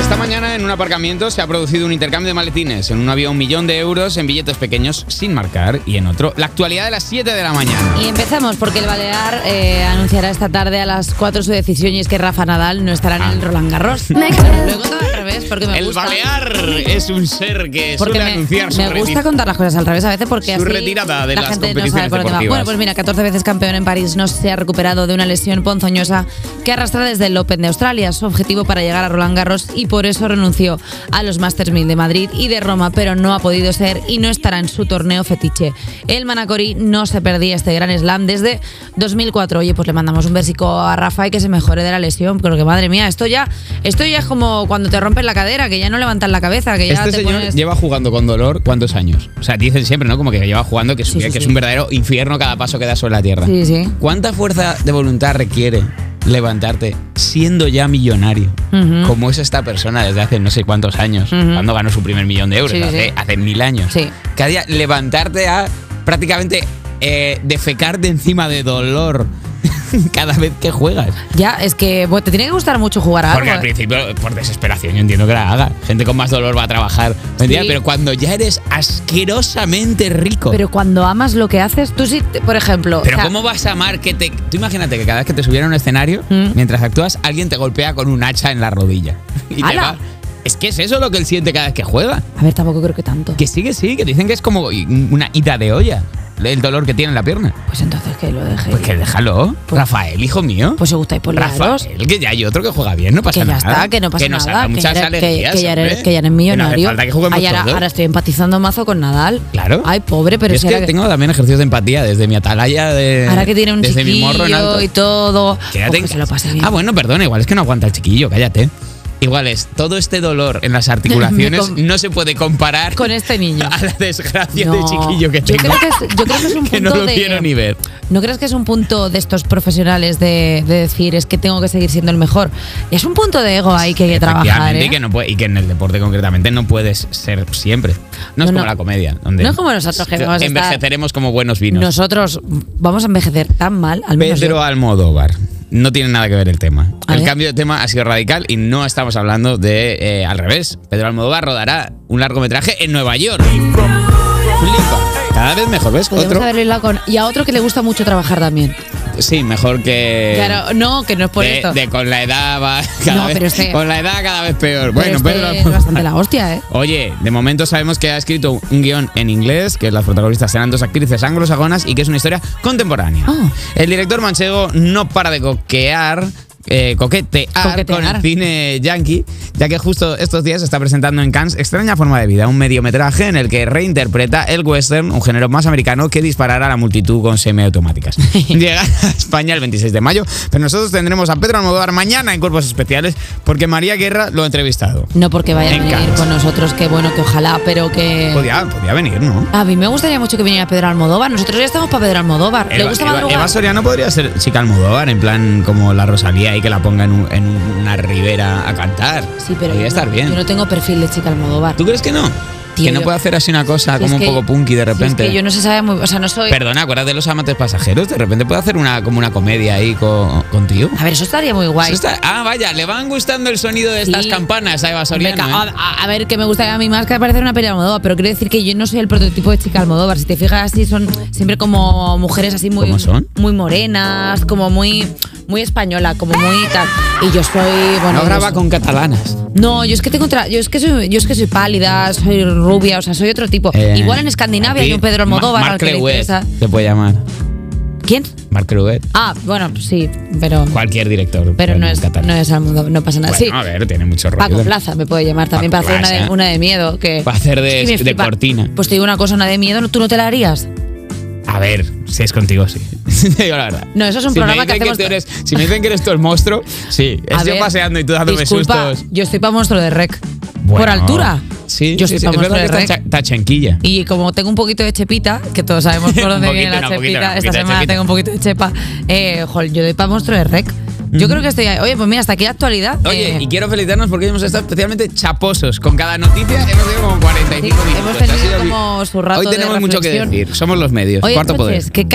Esta mañana en un aparcamiento se ha producido un intercambio de maletines. En uno había un millón de euros en billetes pequeños sin marcar y en otro la actualidad de las 7 de la mañana. Y empezamos porque el Balear eh, anunciará esta tarde a las 4 su decisión y es que Rafa Nadal no estará en el Roland Garros. Luego todo al revés porque me Ah. El gusta. Balear es un ser que Porque suele me, anunciar su me reti- gusta contar las cosas al revés a veces porque Su así retirada de la las gente no sabe competiciones por dónde va. deportivas. Bueno, pues mira, 14 veces campeón en París no se ha recuperado de una lesión ponzoñosa que arrastra desde el Open de Australia, su objetivo para llegar a Roland Garros y por eso renunció a los Masters 1000 de Madrid y de Roma, pero no ha podido ser y no estará en su torneo fetiche. El Manacorí no se perdía este gran slam desde 2004. Oye, pues le mandamos un versico a Rafa y que se mejore de la lesión, porque madre mía, esto ya, esto ya es como cuando te rompes la cadera, que ya no levantas la cabeza, que ya Este te señor pones... lleva jugando con dolor cuántos años. O sea, dicen siempre, ¿no? Como que lleva jugando, que, es un- Sí, sí, que es sí. un verdadero infierno cada paso que da sobre la tierra. Sí, sí. ¿Cuánta fuerza de voluntad requiere levantarte siendo ya millonario? Ujú. Como es esta persona desde hace no sé cuántos años, Ujú. cuando ganó su primer millón de euros, Sí, hace, sí. hace mil años. Sí. Cada día levantarte a prácticamente eh, defecarte encima de dolor cada vez que juegas. Ya, es que bueno, te tiene que gustar mucho jugar a Porque al algo. ¿eh? principio, por desesperación, yo entiendo que la haga. Gente con más dolor va a trabajar. ¿me entiendes? Sí. Pero cuando ya eres asquerosamente rico. Pero cuando amas lo que haces, tú sí, te- por ejemplo. Pero o sea, ¿cómo vas a amar que te... Tú imagínate que cada vez que te subiera a un escenario, Mm. mientras actúas, alguien te golpea con un hacha en la rodilla. Y te ¡Hala! va... Es que es eso lo que él siente cada vez que juega. A ver, tampoco creo que tanto. Que sí, que sí, que dicen que es como una ida de olla. El dolor que tiene en la pierna. Pues entonces que lo deje. Pues que déjalo. Rafael, hijo mío. Pues se gusta ir por Rafael, que ya hay otro que juega bien, no pasa Que ya nada. está, que no pasa nos nada. haga que, muchas ya eres, que- alegrías, que ya eres- hombre. que ya Que no eres hace millonario. falta que juguemos Ay, ahora, todos. ahora estoy empatizando mazo con Nadal. Claro. Ay, pobre, pero Yo es si que, ahora, que, tengo también ejercicios de empatía desde mi atalaya de. ahora que tiene un desde mi morro en chiquillo alto. y todo. Quédate pues en que se lo casa. pase bien. Ah, bueno, perdona, igual es que no aguanta el chiquillo, cállate. Igual es, todo este dolor en las articulaciones Con- no se puede comparar Con este niño. a la desgracia de No. chiquillo que Yo tengo. creo que es, yo creo que es un punto que no lo de- quiero ni ver. ¿No crees que es un punto de estos profesionales de, de decir es que tengo que seguir siendo el mejor? Es un punto de ego ahí que hay que trabajar. Efectivamente, ¿eh? y, que no puede- y que en el deporte concretamente no puedes ser siempre. No, es como No, no. la comedia. Donde No es como nosotros, que vamos a estar- Envejeceremos como buenos vinos. Nosotros vamos a envejecer tan mal, al menos. Pedro yo. Almodóvar. No tiene nada que ver el tema. A el ver. cambio de tema ha sido radical y no estamos hablando de eh, al revés. Pedro Almodóvar rodará un largometraje en Nueva York. Flipa. Cada vez mejor, ¿ves? Podríamos Otro. haberlo hilado con. Y a otro que le gusta mucho trabajar también. Sí, mejor que. claro, no, que no es por Eh, de, esto. de con la edad va. cada No, vez- pero este- Con la edad cada vez peor. Pero Bueno, este Pedro es Almodóvar. bastante la hostia, ¿eh? Oye, de momento sabemos que ha escrito un guión en inglés, que las protagonistas serán dos actrices anglosajonas y que es una historia contemporánea. Ah. El director manchego no para de coquear. eh, coquetear, Coquetear. con el cine yankee, ya que justo estos días está presentando en Cannes Extraña Forma de Vida, un mediometraje en el que reinterpreta el western, un género más americano que disparará a la multitud con semiautomáticas. Llega a España el 26 de mayo, pero nosotros tendremos a Pedro Almodóvar mañana en Cuerpos Especiales porque María Guerra lo ha entrevistado. No porque vaya En a venir Cannes. con nosotros, que bueno, que ojalá, pero que. Podía, podía venir, ¿no? A mí me gustaría mucho que viniera Pedro Almodóvar. Nosotros ya estamos para Pedro Almodóvar. ¿Le Eva, gusta Eva- madrugar? Eva Soriano podría ser chica Almodóvar, en plan como la Rosalía y que la ponga en, un- en una ribera a cantar. Sí, Podría pero. yo no- estar bien. Yo no tengo perfil de chica Almodóvar. ¿Tú crees que no? Tío, que no yo- puede hacer así una cosa Si Ah, como es que- un poco punky de si es repente. que yo no se sabe muy. O sea, no soy. Perdona, acuérdate de los amantes pasajeros. De repente puede hacer una como una comedia ahí con, contigo. A ver, eso estaría muy guay. Eso está- ah, vaya, le van gustando el sonido de Sí. ah, estas campanas a Eva Hombre, Soriano. ca- ¿eh? a, a ver, que me gusta a mí más que parecer una peli de Almodóvar, pero quiero decir que yo no soy el prototipo de chica Almodóvar. Si te fijas así, son siempre como mujeres así muy, ¿Cómo son? muy morenas, como muy, muy española, como muy tal. Y yo soy, bueno, No yo graba soy- con catalanas. No, yo es que tengo tra- yo es que soy, yo es que soy pálida, soy rubia, o sea, soy otro tipo. Eh, Igual en Escandinavia aquí, hay un Pedro Ma- Almodóvar al Marc que le Lewet interesa. se puede llamar. ¿Quién? Marc Lewet. Ah, bueno, sí, pero Cualquier director. pero no es catalán. no es Almodóvar, no pasa nada. Bueno, sí. a ver, tiene mucho rollo. Paco también. Plaza me puede llamar también Paco para hacer una Plaza. de, una de miedo. Que, Para hacer de- me de flipa. cortina. Pues te digo una cosa, una de miedo, ¿tú no te la harías? A ver, si es contigo, sí. Te digo la verdad. No, eso es un Si me programa que dicen hacemos- tú eres- si me dicen que eres tú el monstruo, sí. A Es yo ver, paseando y tú dándome disculpa, sustos. Yo estoy para monstruo de rec. Por Bueno, altura. Sí, Yo sí, estoy sí, pa' es verdad monstruo que de está, rec. cha- está chanquilla. Y como tengo un poquito de chepita, que todos sabemos por dónde Un viene la poquito, no, un poquito, chepita, no, un esta poquito de semana chepita. tengo un poquito de chepa, eh, jol, yo doy para monstruo de rec. Yo creo que estoy ahí. Oye, pues mira, hasta aquí la actualidad. Oye, eh, y quiero felicitarnos porque hemos estado especialmente chaposos. Con cada noticia hemos tenido como 45 Sí, hemos minutos. Ha tenido sido- como su rato Hoy de tenemos mucho que reflexión. decir. Somos los medios. oye, Cuarto poder. entonces, que cada